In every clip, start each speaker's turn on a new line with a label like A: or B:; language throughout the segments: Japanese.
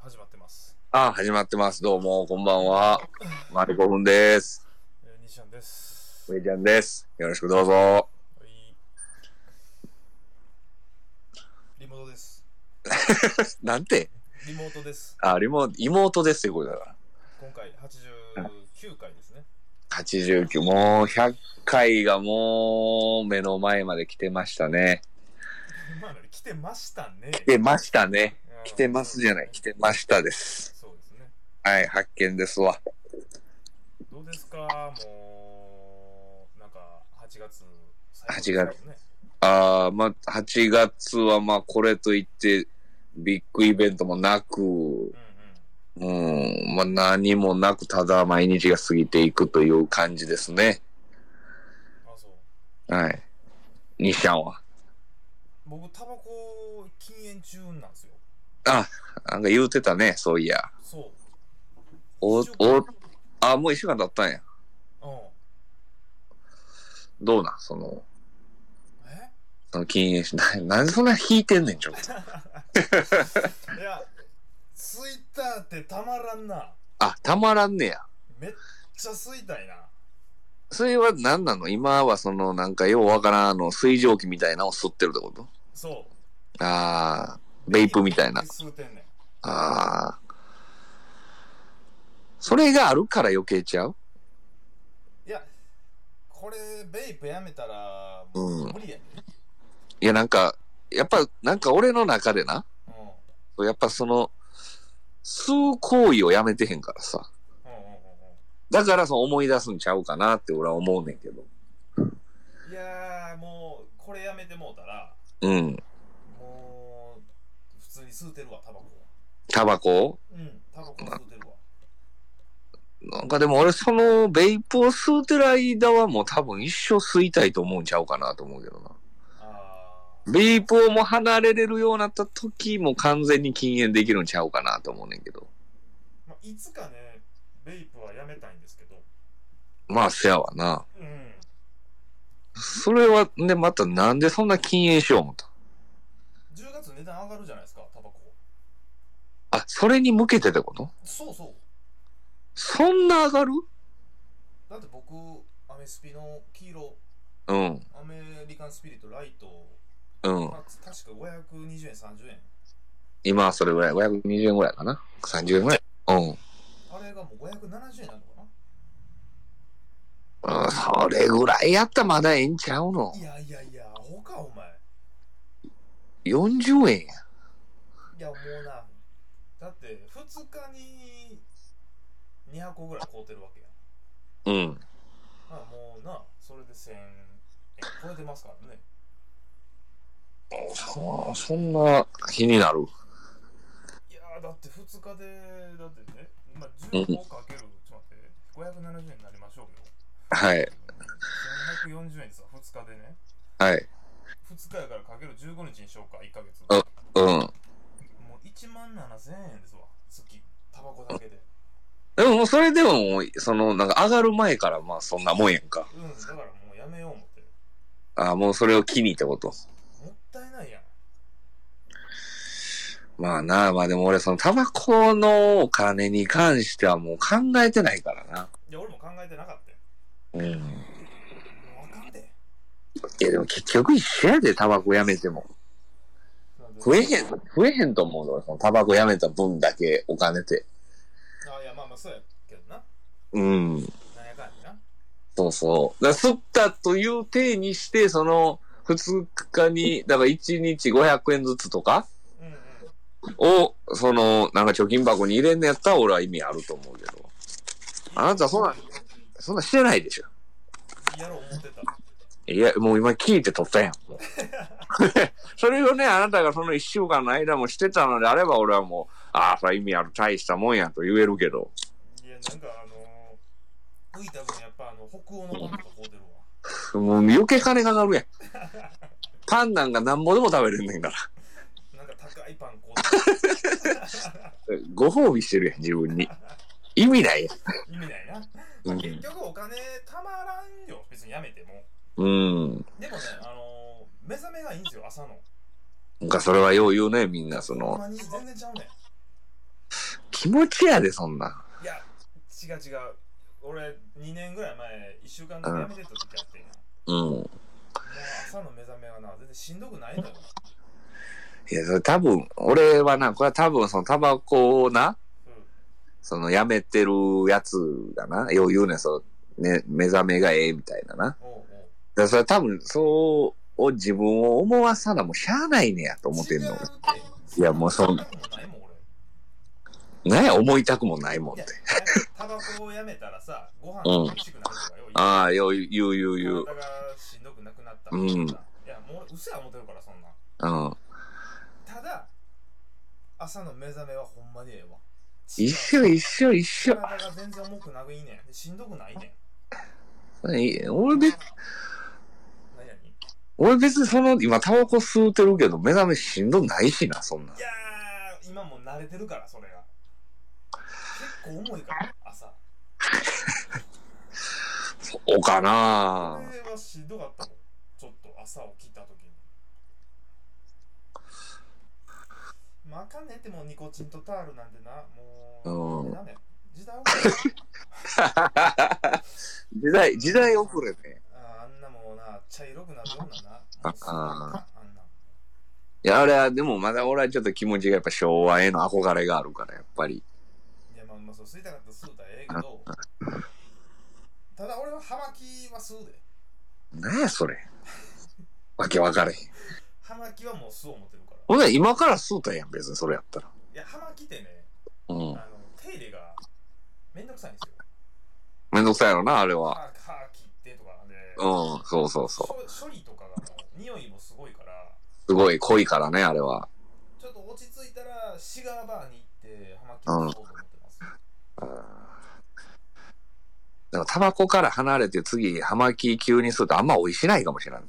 A: 始まってます。
B: あ、始まってます。どうも、こんばんは。丸5分です。
A: えー、西ちゃんです。
B: ウェイちゃんです。よろしくどうぞ。
A: はい。リモートです。
B: なんて
A: リモートです。
B: あ、リモ、妹ですよ、これだから。
A: 今回89回ですね。
B: 89、もう100回がもう目の前まで来てましたね。
A: 今のに来てましたね。
B: 来てましたね。
A: うん
B: 来てますじゃない。来てましたです。
A: そうですね。
B: はい、発見ですわ。
A: どうですかもう、なんか8月
B: 8
A: 最後で
B: 月
A: すね。
B: あー、まあ、8月はまあ、これといって、ビッグイベントもなく
A: う、んうん。
B: うん、まあ、何もなく、ただ毎日が過ぎていくという感じですね。
A: あ、そう。
B: はい。西ちゃんは。
A: 僕、タバコ禁煙中なんですよ。
B: あ、なんか言うてたね、そういや。
A: そう。
B: お、お
A: 一週間、
B: あ、もう一週間経ったんや。
A: うん。
B: どうなんその、
A: え
B: その禁煙し、な、なんでそんな引いてんねん、ちょっと。
A: いや、ツイッターってたまらんな。
B: あ、たまらんねや。
A: めっちゃ吸いたいな。
B: それは何なの今はその、なんかようわからん、あの、水蒸気みたいなのを吸ってるってこと
A: そ
B: あー、
A: う。
B: ベイプみたいな。
A: 吸うてんねん。
B: あー。それがあるから余計ちゃう
A: いや、これ、ベイプやめたら、
B: うん
A: 無理やね、
B: いや、なんか、やっぱ、なんか俺の中でな、
A: うん。うん
B: やっぱその、吸う行為をやめてへんからさ。
A: うんうん
B: だからその思い出すんちゃうかなって俺は思うねんけど。
A: うん。いやー、もう、これやめてもうたら、
B: うん。
A: もう、普通に吸うてるわ、タバコ。
B: タバコ
A: うん、タバコ吸うてるわ。
B: なんかでも俺そのベイプを吸うてる間はもう多分一生吸いたいと思うんちゃうかなと思うけどな。
A: あ
B: ベイプをもう離れれるようになった時も完全に禁煙できるんちゃうかなと思うねんけど。
A: ー、まあ、いつかね、ベイプはやめたいんですけど、
B: まあせやわな。
A: うん。
B: それは、ね、またなんでそんな禁煙しよう思った
A: 10月値段上がるじゃないですか、タバコ。
B: あ、それに向けてってこと
A: そうそう。
B: そんな上がる
A: だって僕アメスピの黄色
B: うん、
A: アメリカンスピリットライト、
B: うん
A: ま。あ確か520円30円
B: 今はそれぐらい、520円ぐらいかな ?30 円ぐらい。うん。
A: あれがもう570円なのか
B: うんそれぐらいやったらまだええんちゃうの
A: ないやいやいやアホかお前
B: ?40 円や。
A: いやもうなだって2日に2箱ぐらい買うてるわけや
B: うん。
A: まあもうなそれで1000円超えてますからね
B: そそんな気になる。
A: いやーだって2日でだってね、まあ、10個かけるちょっと待って570円になりましょうよ
B: はい。
A: 1140円ですわ2日でね
B: はい。
A: 2日やからかける15日にしようか1ヶ月
B: あうん。
A: もう1万7000円ですわ月タバコだけで
B: でももうそれでももう、その、なんか上がる前からまあそんなもんやんか。
A: うんだからもうやめよう思って
B: あもうそれを機にってこと。
A: もったいないやん
B: まあなあ、まあでも俺そのタバコのお金に関してはもう考えてないからな。
A: いや俺も考えてなかったよ
B: うん。い
A: もうあかんで
B: やでも結局一緒やで、タバコやめても。
A: なんで
B: 増えへん、増えへんと思うの俺そのタバコやめた分だけお金って。
A: あいやまあまあそうやけどな
B: うん。
A: なんやかんやな
B: そうそう。だから吸ったという体にして、その、二日に、だから一日500円ずつとか
A: うんうん
B: を、その、なんか貯金箱に入れんのやったら俺は意味あると思うけど。あなたそんな、そんなしてないでしょ。
A: やろう思ってた
B: いや、もう今聞いて取ったやん。 それをね、あなたがその一週間の間もしてたのであれば俺はもう、ああ、それ意味ある、大したもんやと言えるけど。
A: いやなんかあのー、浮いた分やっぱあの北欧のパンとか買うてるわ
B: もう余計金かかるやん。パンなんかなんぼでも食べれんねんから。
A: なんか高いパン買うて
B: ご褒美してるやん、自分に。意味ないや
A: る意味ないな、
B: う
A: まあ、
B: ん
A: 結局お金たまらんよ別にやめても
B: ん。うん。
A: でもね、あのー、目覚めがいいんですよ、朝の。
B: なんかそれはよう言うね、みんな、そ
A: ほん
B: の、
A: まに全然ちゃうねん。
B: 気持ちやで、そんなん。
A: いや、違う違う。俺、2年ぐらい前、1週間だけやめてた時あって、もう
B: うん。
A: 朝の目覚めがな、全然しんどくないのよ。
B: いや、それ多分、俺はな、これは多分、そのタバコをな、
A: う
B: そのやめてるやつがな、よう言うねん、そう、ね、目覚めがええみたいなな。だ
A: ん、
B: か
A: おうおう。
B: らそれ多分、そう、を自分を思わさなもうしゃあないねやと思ってんの。
A: 違う
B: 俺
A: って
B: いやもうそん
A: なことないもん俺。
B: ね思いたくもないもんっ
A: い
B: て
A: や。、タバコをやめたらさ、ご飯
B: うん
A: が美味しくなるとかよ。
B: ああ、よう言う言う言う。
A: 体がしんどくなくなった。
B: うん
A: いや、もう俺、うせや思ってるから、そんな。
B: うん。
A: ただ、朝の目覚めはほんまにええわ。
B: 一緒一緒一緒。
A: 体が全然重くなくいいねん。しんどくないねん。
B: い俺別、
A: 何やに
B: 俺別にその、今タバコ吸うてるけど、目覚めしんどないしな、そんなん
A: い。やー、今もう慣れてるから、それが。結構重いから、朝。
B: そうか
A: こ
B: な
A: れはしんどかったもん。ちょっと朝起きた時に。まあ、あかんねんってもうニコチンとタールなんてな、もう、
B: うん
A: ダメ。時代遅れ
B: 時代、時代遅れね。
A: あーあんなもうな、茶色くなるようなな。
B: あ
A: もうすぐああんな。
B: いや、あれは、でもまだ俺はちょっと気持ちがやっぱ昭和への憧れがあるから、やっぱり。
A: いやまあまあそう吸いたかったら吸うたらええけどただ俺は葉巻は吸うで
B: なんやそれ。わけわからへん。
A: 葉巻はもう吸おう思ってるから
B: ほんなら今から吸うたらええやん、別にそれやったら。
A: いや葉巻ってね
B: うん。
A: あの手入れがめんどくさいんですよ
B: めんどくさいやろな、あれは。
A: 歯歯切ってとかで、
B: うん、そうそうそう。
A: 処処理とかがもう匂いもすごいから
B: すごい濃いからね、あれは。
A: ちょっと落ち着いたらシガーバーに行って葉巻を吸おうと思ってます、
B: うん。でもタバコから離れて次、葉巻急にするとあんま美味しないかもしれない。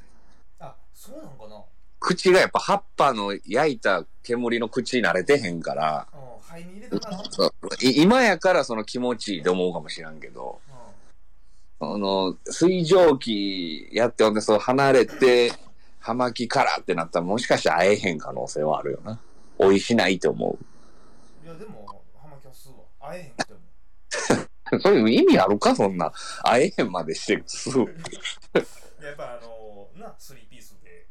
A: あそうなんかな
B: 口がやっぱ葉っぱの焼いた煙の口に慣れてへんから、
A: うん肺に入れたかな、うん、
B: そうい今やからその気持ちいいと思うかもしれんけど。あの、水蒸気やって、ほんで、そう、離れて、葉巻からってなったら、もしかしたら会えへん可能性はあるよな。追いしないと思
A: いやでも葉巻は吸うわ会えへんくても
B: う。 そういう意味あるかそんな。会えへんまでして、すぐ。
A: やっぱあのー、なスリーピースで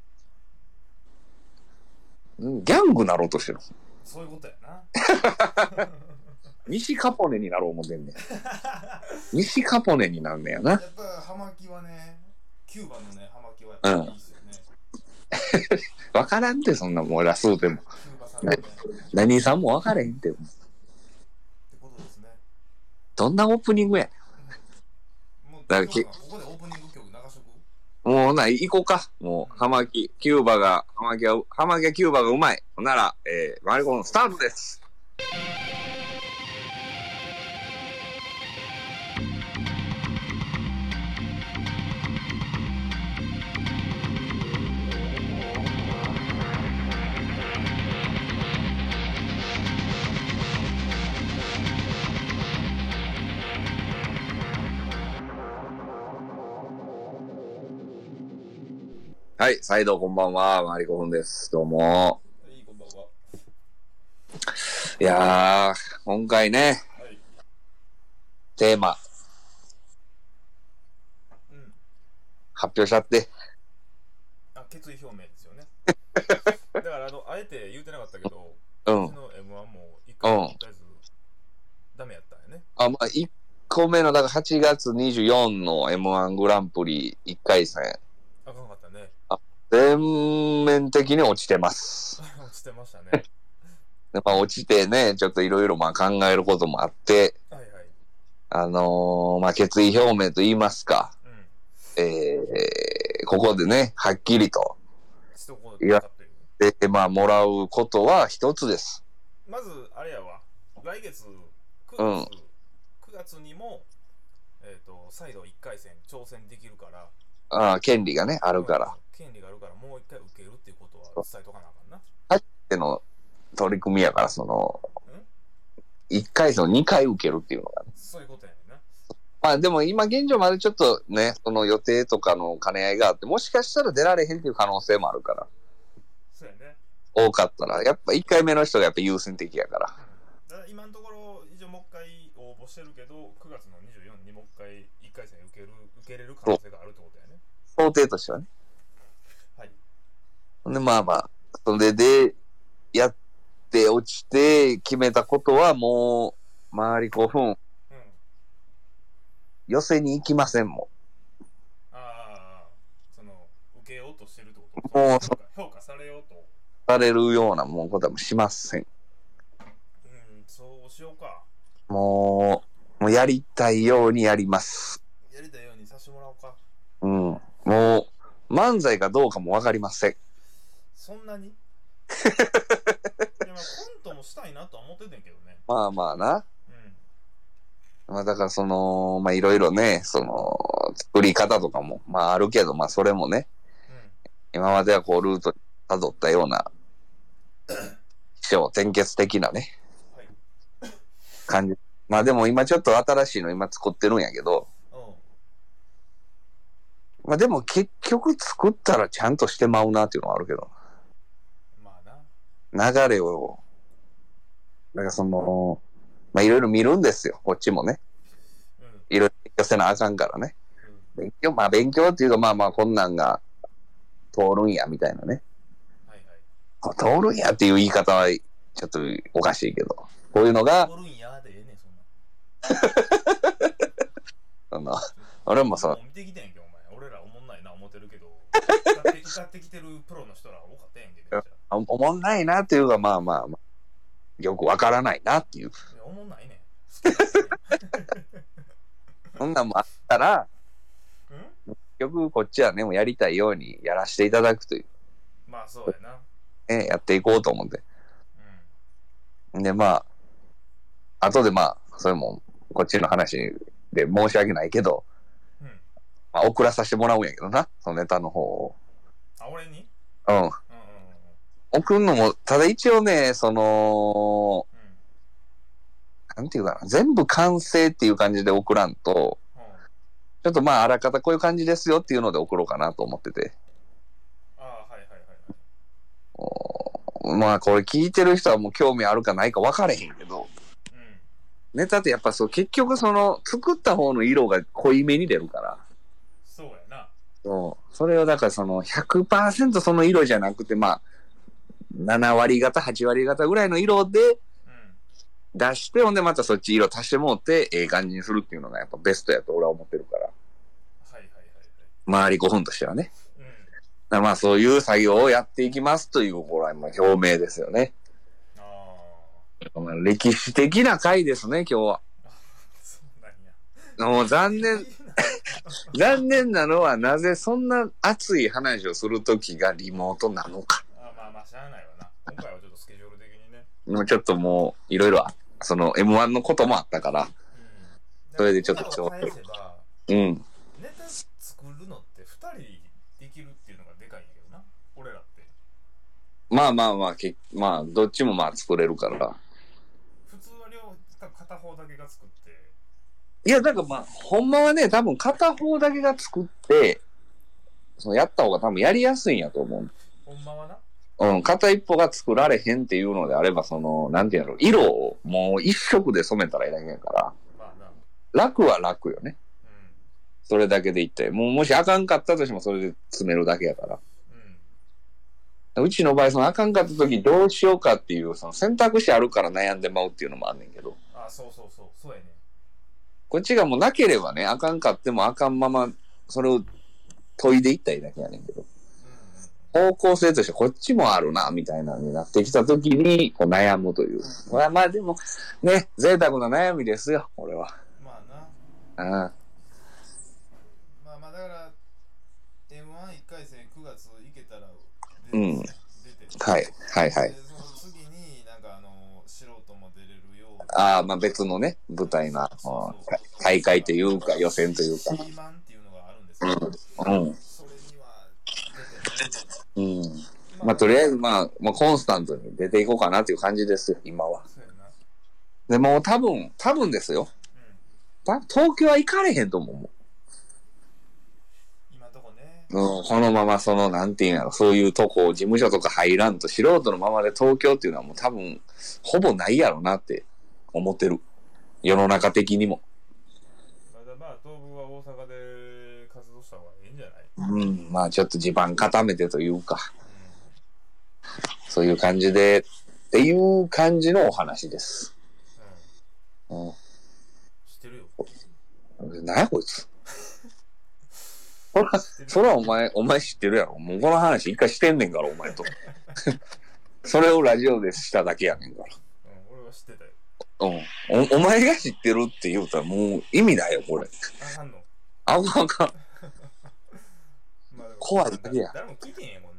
B: ギャングなろうとしてる。
A: そういうことやな。
B: 西カポネになろう思てんねん。西カポネになんねやな。
A: やっぱ葉巻はね、キューバのね、葉巻はやっぱいいですよね。
B: わからんて、そんなもん。俺らそうでも。
A: キューバさんのね。って
B: 何さんもわからへんて。
A: ことですね。
B: どんなオープニングや
A: もう、
B: だからき
A: ここでオープニング曲流しとく
B: もうほな、行こうか。もう、葉巻、キューバが、葉巻は、葉巻はキューバがうまい。ほんなら、えー、マリコのスタートです。はい、再度こんばんは、マリコフンです。どうも。
A: いいこんばんは。
B: いやー、今回ね、
A: はい。
B: テーマ、
A: うん。
B: 発表しちゃって。
A: あ、決意表明ですよ ね。だから、あの、あえて言うてなかったけど、
B: う
A: うんち。の M1 も一
B: うん
A: 回、とりあえず、ダメやったんやね。
B: あ、まあ、1個目の、だから8月24の M1 グランプリ1回戦、
A: あかんかったね。
B: 全面的に落ちてます。
A: 落ちてましたね。
B: やっぱ落ちてね、ちょっといろいろまあ考えることもあって、
A: はいはい。
B: あのー、まあ、決意表明と言いますか、
A: うん。
B: えー、ここでね、はっきりと。
A: しておこう
B: いや
A: かっていう。
B: で、まあ、もらうことは一つです。
A: まずあれやわ来月9月、
B: うん
A: 9月にもえっ、と再度1回戦挑戦できるから
B: ああ、権利がね、あ
A: あ
B: るから。
A: 権利があるからもう1回受けるっていうことは伝えとかなあかんな
B: っての取り組みやから、その、1回戦を2回受けるっていうのがね。
A: そういうことやねんな
B: まあでも今現状までちょっとね、その予定とかの兼ね合いがあって、もしかしたら出られへんっていう可能性もあるから、
A: そうやね
B: 多かったら、やっぱ1回目の人がやっぱ優先的やから。
A: だから今のところしてるけど、9月の24にもう一回、1回戦受ける受けれる可能性があるってことやね。
B: 想定としてはね。
A: はい。
B: ほんで、まあまあ、それで、やって落ちて決めたことはもう、周り5分、
A: うん。
B: 寄せに行きませんも
A: ああ、その、受けようとしてるってこと
B: も
A: 評
B: う
A: 価評価されようと。
B: ん。されるようなもんことはもうしません。
A: うん、そうしようか。
B: もう、もうやりたいようにやります。
A: やりたいようにさせてもらおうか。
B: うん。もう、漫才かどうかもわかりません。
A: そんな にいやまあコントもしたいなとは思っててんけどね。
B: まあまあな。
A: うん。
B: まあだからその、まあいろいろね、その、作り方とかも、まああるけど、まあそれもね、今まではこうルートに辿ったような、起承転結的なね、
A: はい
B: 感じ。まあでも今ちょっと新しいの今作ってるんやけど、
A: うん。うん。
B: まあでも結局作ったらちゃんとしてまうなっていうのはあるけど、
A: まあな。
B: 流れを、なんかその、まあいろいろ見るんですよ、こっちもね。
A: うん。うん。
B: いろいろ勉強せなあかんからね。勉強、まあ勉強っていうかまあまあこんなんが通るんやみたいなね。
A: はいはい。
B: こう通るんやっていう言い方はちょっとおかしいけど、こういうのが、
A: おるんやでええねんそんな。
B: あの、俺もさ、
A: もう見てきてんやんけ、お前。俺らおもんないな思ってるけど、歌って歌ってきてるプロの人ら多かったやんけ、めっちゃ。
B: おおもんないなっていうか、まあまあまあ、よくわからないなっていう。
A: いやおもんないねん。好きだしね
B: そんなんもあったら、
A: ん。うん
B: 結局こっちはね、もうやりたいようにやらせていただくという、
A: まあそうやな。
B: ね、やっていこうと思って。
A: うん。
B: で、まあ、後でまあ、それも、こっちの話で申し訳ないけど、
A: うん
B: まあ、送らさせてもらうんやけどな、そのネタの方を。
A: あ、俺に
B: うん。
A: うんうん
B: 送るのも、ただ一応ね、その、
A: うんうん。
B: なんていうかな、全部完成っていう感じで送らんと、
A: うん。うん
B: ちょっとまあ、あらかたこういう感じですよっていうので送ろうかなと思ってて。
A: ああ、はいはいはいはい。
B: おーまあ、これ聞いてる人はもう興味あるかないか分かれへんけど、
A: うん。
B: ネタってやっぱそう、結局その、作った方の色が濃いめに出るから、
A: そうやな。
B: そうそれをだからその100%その色じゃなくて、まあ、7割方、8割方ぐらいの色で
A: うん。
B: 出して、ほんでまたそっち色足してもうて、ええ感じにするっていうのがやっぱベストやと俺は思ってるから、
A: はいはいは
B: 周り5分としてはね。
A: いはい。うん。
B: だからまあそういう作業をやっていきますという、これはもう表明ですよね。
A: あ
B: まあ歴史的な回ですね、今日は。
A: あ。 そうなんや。
B: もう残念、 残念なのはなぜそんな熱い話をするときがリモートなのか。
A: あまあまあ、しゃあないわな。今回はちょっとスケジュール的にね。
B: もうちょっともう、いろいろ、その M1 のこともあったから。
A: うん。
B: それでちょっと
A: 今を返せば、
B: うん。
A: ネタ作るのって2人できるっていうのがでかいんやけどな。俺らって。
B: まあまあまあ、けまあ、どっちもまあ作れるから。
A: 普通は両、多分片方だけが作って。
B: いや、だからまあ、ほんまはね、多分片方だけが作って、そのやった方が多分やりやすいんやと思う。
A: ほんまはな。
B: うん、片一方が作られへんっていうのであれば、その、なんていうの、色をもう一色で染めたらいいだけやから。
A: まあな。うん。
B: 楽は楽よね。それだけでいったよ。もうもしあかんかったとしてもそれで詰めるだけやか
A: うん。
B: ら。うちの場合、そのあかんかった時どうしようかっていう、その選択肢あるから悩んでまうっていうのもあんねんけど。
A: ああ、そうそうそう。そうやね。
B: こっちがもうなければね、あかんかってもあかんまま、それを研いでいったらいいだけやねんけど。
A: うんう
B: 方向性としてこっちもあるな、みたいなのになってきた時に、こう悩むという。まあまあでも、ね、贅沢な悩みですよ、俺は。
A: ん。まあな。
B: うん。
A: まあまあだから M11 回戦9月行けたら出て、
B: うん
A: 出て
B: はい、はい、はい
A: で。その次になんかあの素人も出れるよう
B: ああ、まあ別のね、舞台な、
A: そうそう
B: うん大会というか予選というか。
A: キーマンっていうのがあるんですけど、
B: うん。
A: それには出てね
B: うん。まあとりあえず、まあ、まあコンスタントに出ていこうかなという感じですよ、今は。
A: そうやな
B: でも多分、多分ですよ。
A: うん
B: た東京は行かれへんと思うもん。
A: 今んとこね
B: うん、このままその、なんていうんやろ、そういうとこ、事務所とか入らんと、素人のままで東京っていうのはもう多分、ほぼないやろなって思ってる。世の中的にも。
A: まだまあ当分は大阪で活動した方がいいんじゃない、うん、
B: うん、まあちょっと地盤固めてというか、そういう感じで、っていう感じのお話です。
A: うん
B: うん。
A: 知ってるよ。
B: 何やこいつ。ほら、それはお前、お前知ってるやろ。もうこの話一回してんねんから、お前と。 それをラジオでしただけやねんから。
A: うん、俺は知ってたよ。
B: うん。おお前が知ってるって言うたらもう意味ないよ、これ。
A: あかんの。
B: あんまあかん。
A: まあ、でも
B: 怖いだけや
A: 誰も聞いてへんもん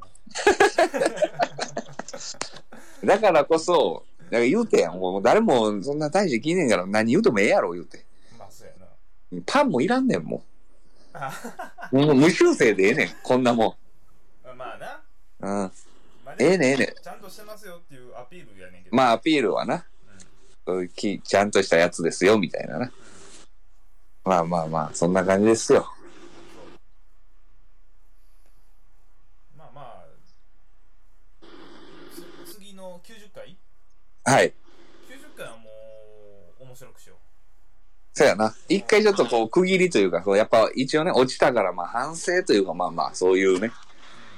A: な。
B: だからこそ、だから言うてやん。もう誰もそんな大して聞いねんから何言うてもええやろ、言うて。
A: まあ、そうやな。
B: パンもいらんねん、も
A: あ
B: う。もう無修正でええねん、こんなも
A: まあまあな。
B: ん。うん。
A: まあでも
B: ええねんええねん。
A: ちゃんとしてますよっていうアピールやねんけど。
B: まあアピールはな、そういうきちゃんとしたやつですよみたいなな。まあまあまあ、そんな感じですよ。
A: まあまあ。つ次の90回
B: はい。
A: ?90 回はもう面白くしよ
B: そうやな。一回ちょっとこう区切りというか、こうやっぱ一応ね、落ちたからまあ反省というか、まあまあそういうね、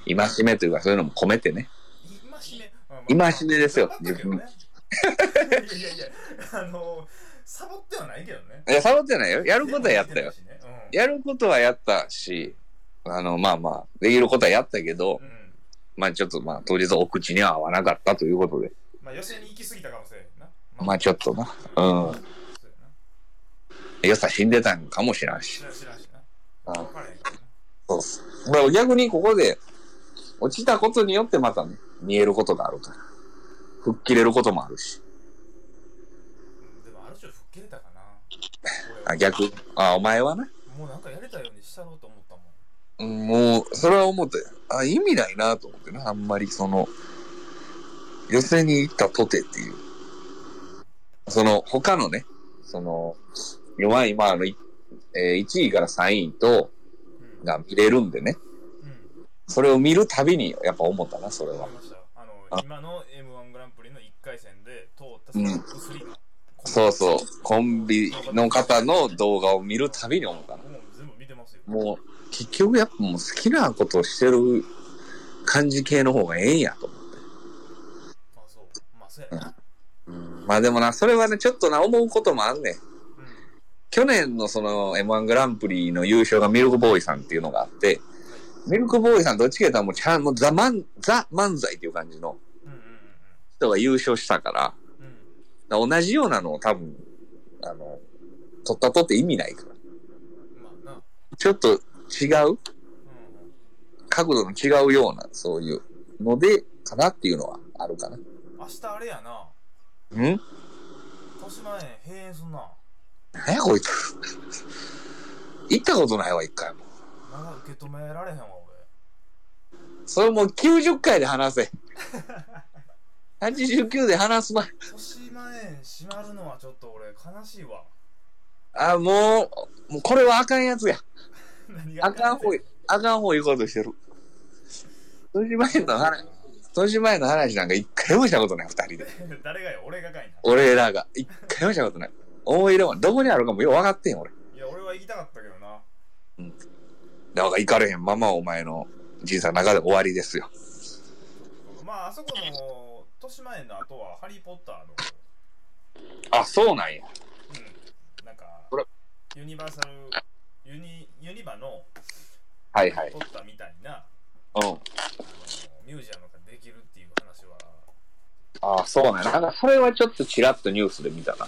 B: 戒めというかそういうのも込めてね。
A: う。今しめ。まあまあ
B: 今しめですよ
A: 頑張ったけどねいやいやいや、あのサボってはないけどね。
B: いや、サボってないよ。やることはやった
A: で
B: よ。
A: もできてないしね
B: やることはやったし、あの、まあまあ、できることはやったけど
A: うん。、うん
B: まあちょっとまあ当日お口には合わなかったということで、
A: まあ、寄せに行き過ぎたかもしれんな。
B: まあちょっとな、
A: うん。
B: うん
A: そうやな。
B: 良さ死んでたんかもしらんし
A: 知。らん知らんしな。
B: うん
A: 分からへんけどな。
B: そうっす。だから逆にここで落ちたことによってまたね、見えることがあるから。吹っ切れることもあるし。
A: うんでもある種吹っ切れたかな。
B: あ、逆。あ、お前はな。
A: もうなんかやれたようにしたろうと思ったもん。
B: うんもう、それは思って、あ、意味ないなと思ってな。あんまりその、寄せに行ったとてっていう。その、他のね、その、弱い、まあ、あの、いえー1位から3位と、
A: うん。
B: が見れるんでね。
A: うん。
B: それを見るたびに、やっぱ思ったな、それ
A: わ
B: は
A: かり。ました。あの、
B: あ
A: 今の M1 グランプリの1回戦で通ったそ
B: うん
A: のトップ3の。
B: そうそう。コンビの方の動画を見るたびに思った
A: も
B: な。
A: う全部見てますよ。
B: もう、結局やっぱもう好きなことをしてる感じ系の方がええんやと思って。
A: まあそう。まあそうやな。
B: まあでもな、それはね、ちょっとな、思うこともあんねん。
A: うん。
B: 去年のその M1 グランプリの優勝がミルクボーイさんっていうのがあって、ミルクボーイさんどっちかというともうちゃん、もうザ漫、ザ漫才っていう感じの
A: うんうん
B: 人が優勝したから、
A: うんうん。うん。
B: 同じようなのを多分、あの、取ったとって意味ないから。
A: まあな。
B: ちょっと違う
A: うんうん。
B: 角度の違うような、そういうので、かなっていうのはあるかな。
A: 明日あれやな。
B: うん
A: 豊島園閉園すんな。
B: 何やこいつ。行ったことないわ、一回も。
A: まだ受け止められへんわ、
B: それもう90回で話せ。89で話すな。
A: 俺。豊島園閉まるのはちょっと俺悲しいわ。
B: あ、もう、もうこれはあかんやつや。
A: 何が
B: あかん方
A: い。、
B: あかん方行こうとしてる。年前の話、年前の話なんか一回もしたことない、二人で。
A: 誰がよ、俺がかいな。
B: 俺らが。一回もしたことない。思い入れもどこにあるかもよう分かってん、俺。
A: いや、俺は行きたかったけどな。
B: だから行かれへんままお前の人生の中で終わりですよ。
A: まあ、あそこの、豊島園の後は、ハリー・ポッターの、
B: あ、そうなん
A: うん、
B: や。
A: なんか
B: これ、
A: ユニバーサル、ユニ、ユニバの、
B: はい
A: ハ
B: は
A: リー・
B: い。
A: ポッターみたいな、
B: うん。
A: あのミュージアムができるっていう話は、
B: ああ、そうね。なんか、それはちょっとちらっとニュースで見たな。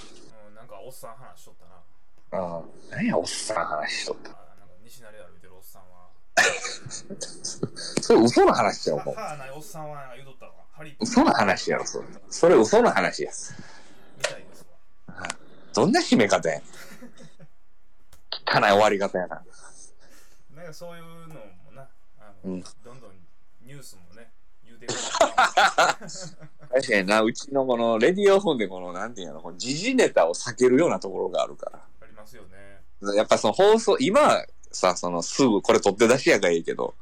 A: うん、なんか、おっさん話しとったな。
B: ああ。何や、おっさん話しとった。
A: あなんか、西成歩いてるおっさんは、
B: それ嘘の話やろ、もう。
A: は歯ないおっさんはなんか言うとったわ。ハリー・ポッター
B: 嘘の話やろ、それ。それ嘘の話や。
A: みたいですわ。
B: どんな締め方やねん。汚い終わり方やな。
A: なんか、そういうのもな、あの、
B: うん
A: どんどんニュースもね、言うてる。
B: 確かにな、うちのこの、レディオ本でこの、なんていうの、この時事ネタを避けるようなところがあるか
A: ありますよね。
B: ら。やっぱその放送、今はさ、その、すぐこれ取って出しやがいいけど、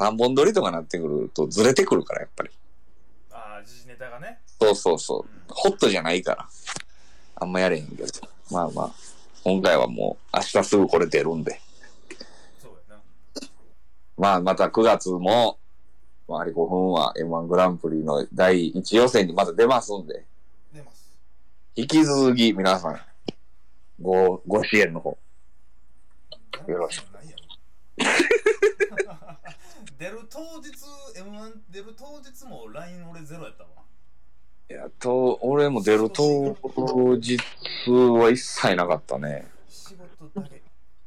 A: うん。
B: 3本撮りとかなってくるとずれてくるから、やっぱり。
A: ああ、時事ネタがね。
B: そうそうそう。ホットじゃないから。あんまやれへんけど。まあまあ、今回はもう明日すぐこれ出るんで。
A: そうやな。
B: まあまた9月も、マリコフンは M1 グランプリの第1予選にまた出ますんで、
A: 出ます。
B: 引き続き皆さん、ご、ご支援の方。よろし
A: く。ないやろ 出る当日、M1 出る当日も LINE 俺ゼロやったわ。
B: いや、と、俺も出る当日は一切なかったね。
A: 仕事だけ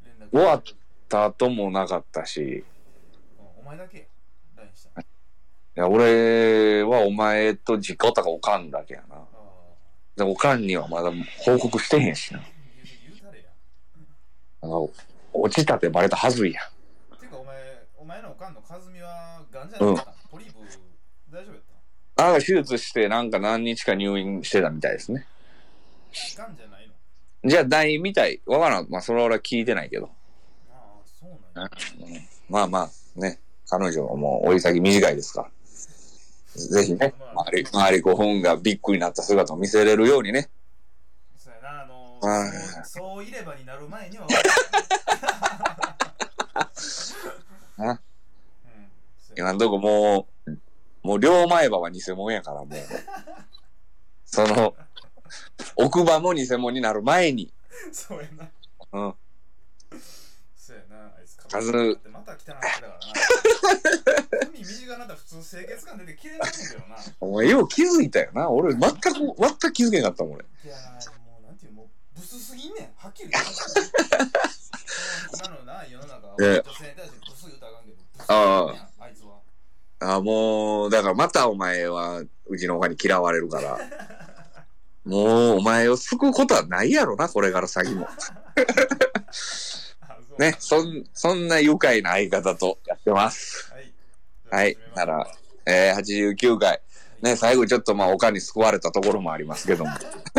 A: 連絡。
B: 終わった後もなかったし、
A: うんお前だけや LINE したの。
B: いや、俺はお前と実家おったかおかんだけやな。
A: ああ
B: で、おかんにはまだ報告してへんしな。
A: 言う言うたれや。
B: あの、落ちたってバレたはずいやん。
A: ていうかお前、お前のおかんの和美はガンじゃなかった、ポリープ大丈夫やっ
B: ああ、手術してなんか何日か入院してたみたいですね。
A: たガンじゃないの
B: じゃあ、ないみたい。わからん。まあ、それは俺は聞いてないけど。
A: ああ、そうなん
B: うん
A: や。
B: まあまあ、ね。彼女はもう追い先短いですから。ぜひね、周り、周りご本がビッグになった姿を見せれるようにね。
A: そうやな、あの
B: はい
A: そう、そういればになる前には。
B: な
A: うんそうやな
B: 今んとこもう、もう両前歯は偽物やから、もう。その、奥歯も偽物になる前に、
A: そうやな。
B: うん。
A: そうやな、あいつ
B: カズ
A: 髪ってまた汚いだからな。 海短なったら普通清潔感出て綺麗なんだけどな。
B: お前よう気づいたよな。俺、全く、全く気づけなかったもん、俺。
A: いやーもうなんていうもうブスすぎんねんはっきり言 う今のな世の中は
B: ええ
A: 女性に対してブス言うたらあかんけどブス
B: あ
A: やんあいつは
B: あ、もう、だからまたお前は、うちの他に嫌われるから。もう、お前を救うことはないやろな、これから先も。
A: あそう
B: ね、そん、そんな愉快な相方とやってます。
A: はい
B: はいならえー、89回。ね、最後ちょっとまあ、おかんに救われたところもありますけども。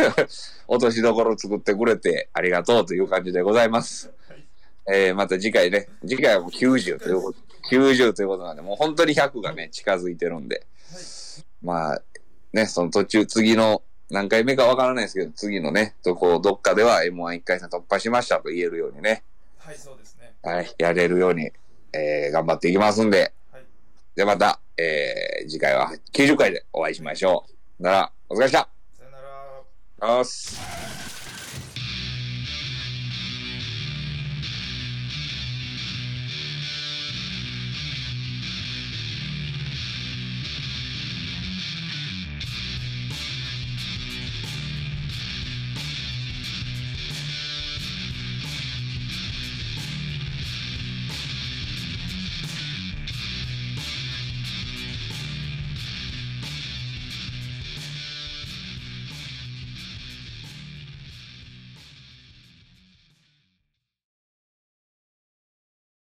B: 落としどころ作ってくれてありがとうという感じでございます。えー、また次回ね、次回はもう90ということ、90ということなんで、もう本当に100がね、近づいてるんで。まあ、ね、その途中、次の、何回目かわからないですけど、次のね、とこ、どっかでは M11 回戦突破しましたと言えるようにね、
A: はい、はい、そうですね
B: はい、やれるように、えー、頑張っていきますんで、
A: はい
B: ではまた、えー、次回は90回でお会いしましょう。なら、お疲れ様でした。
A: さよなら
B: ありがとうございます。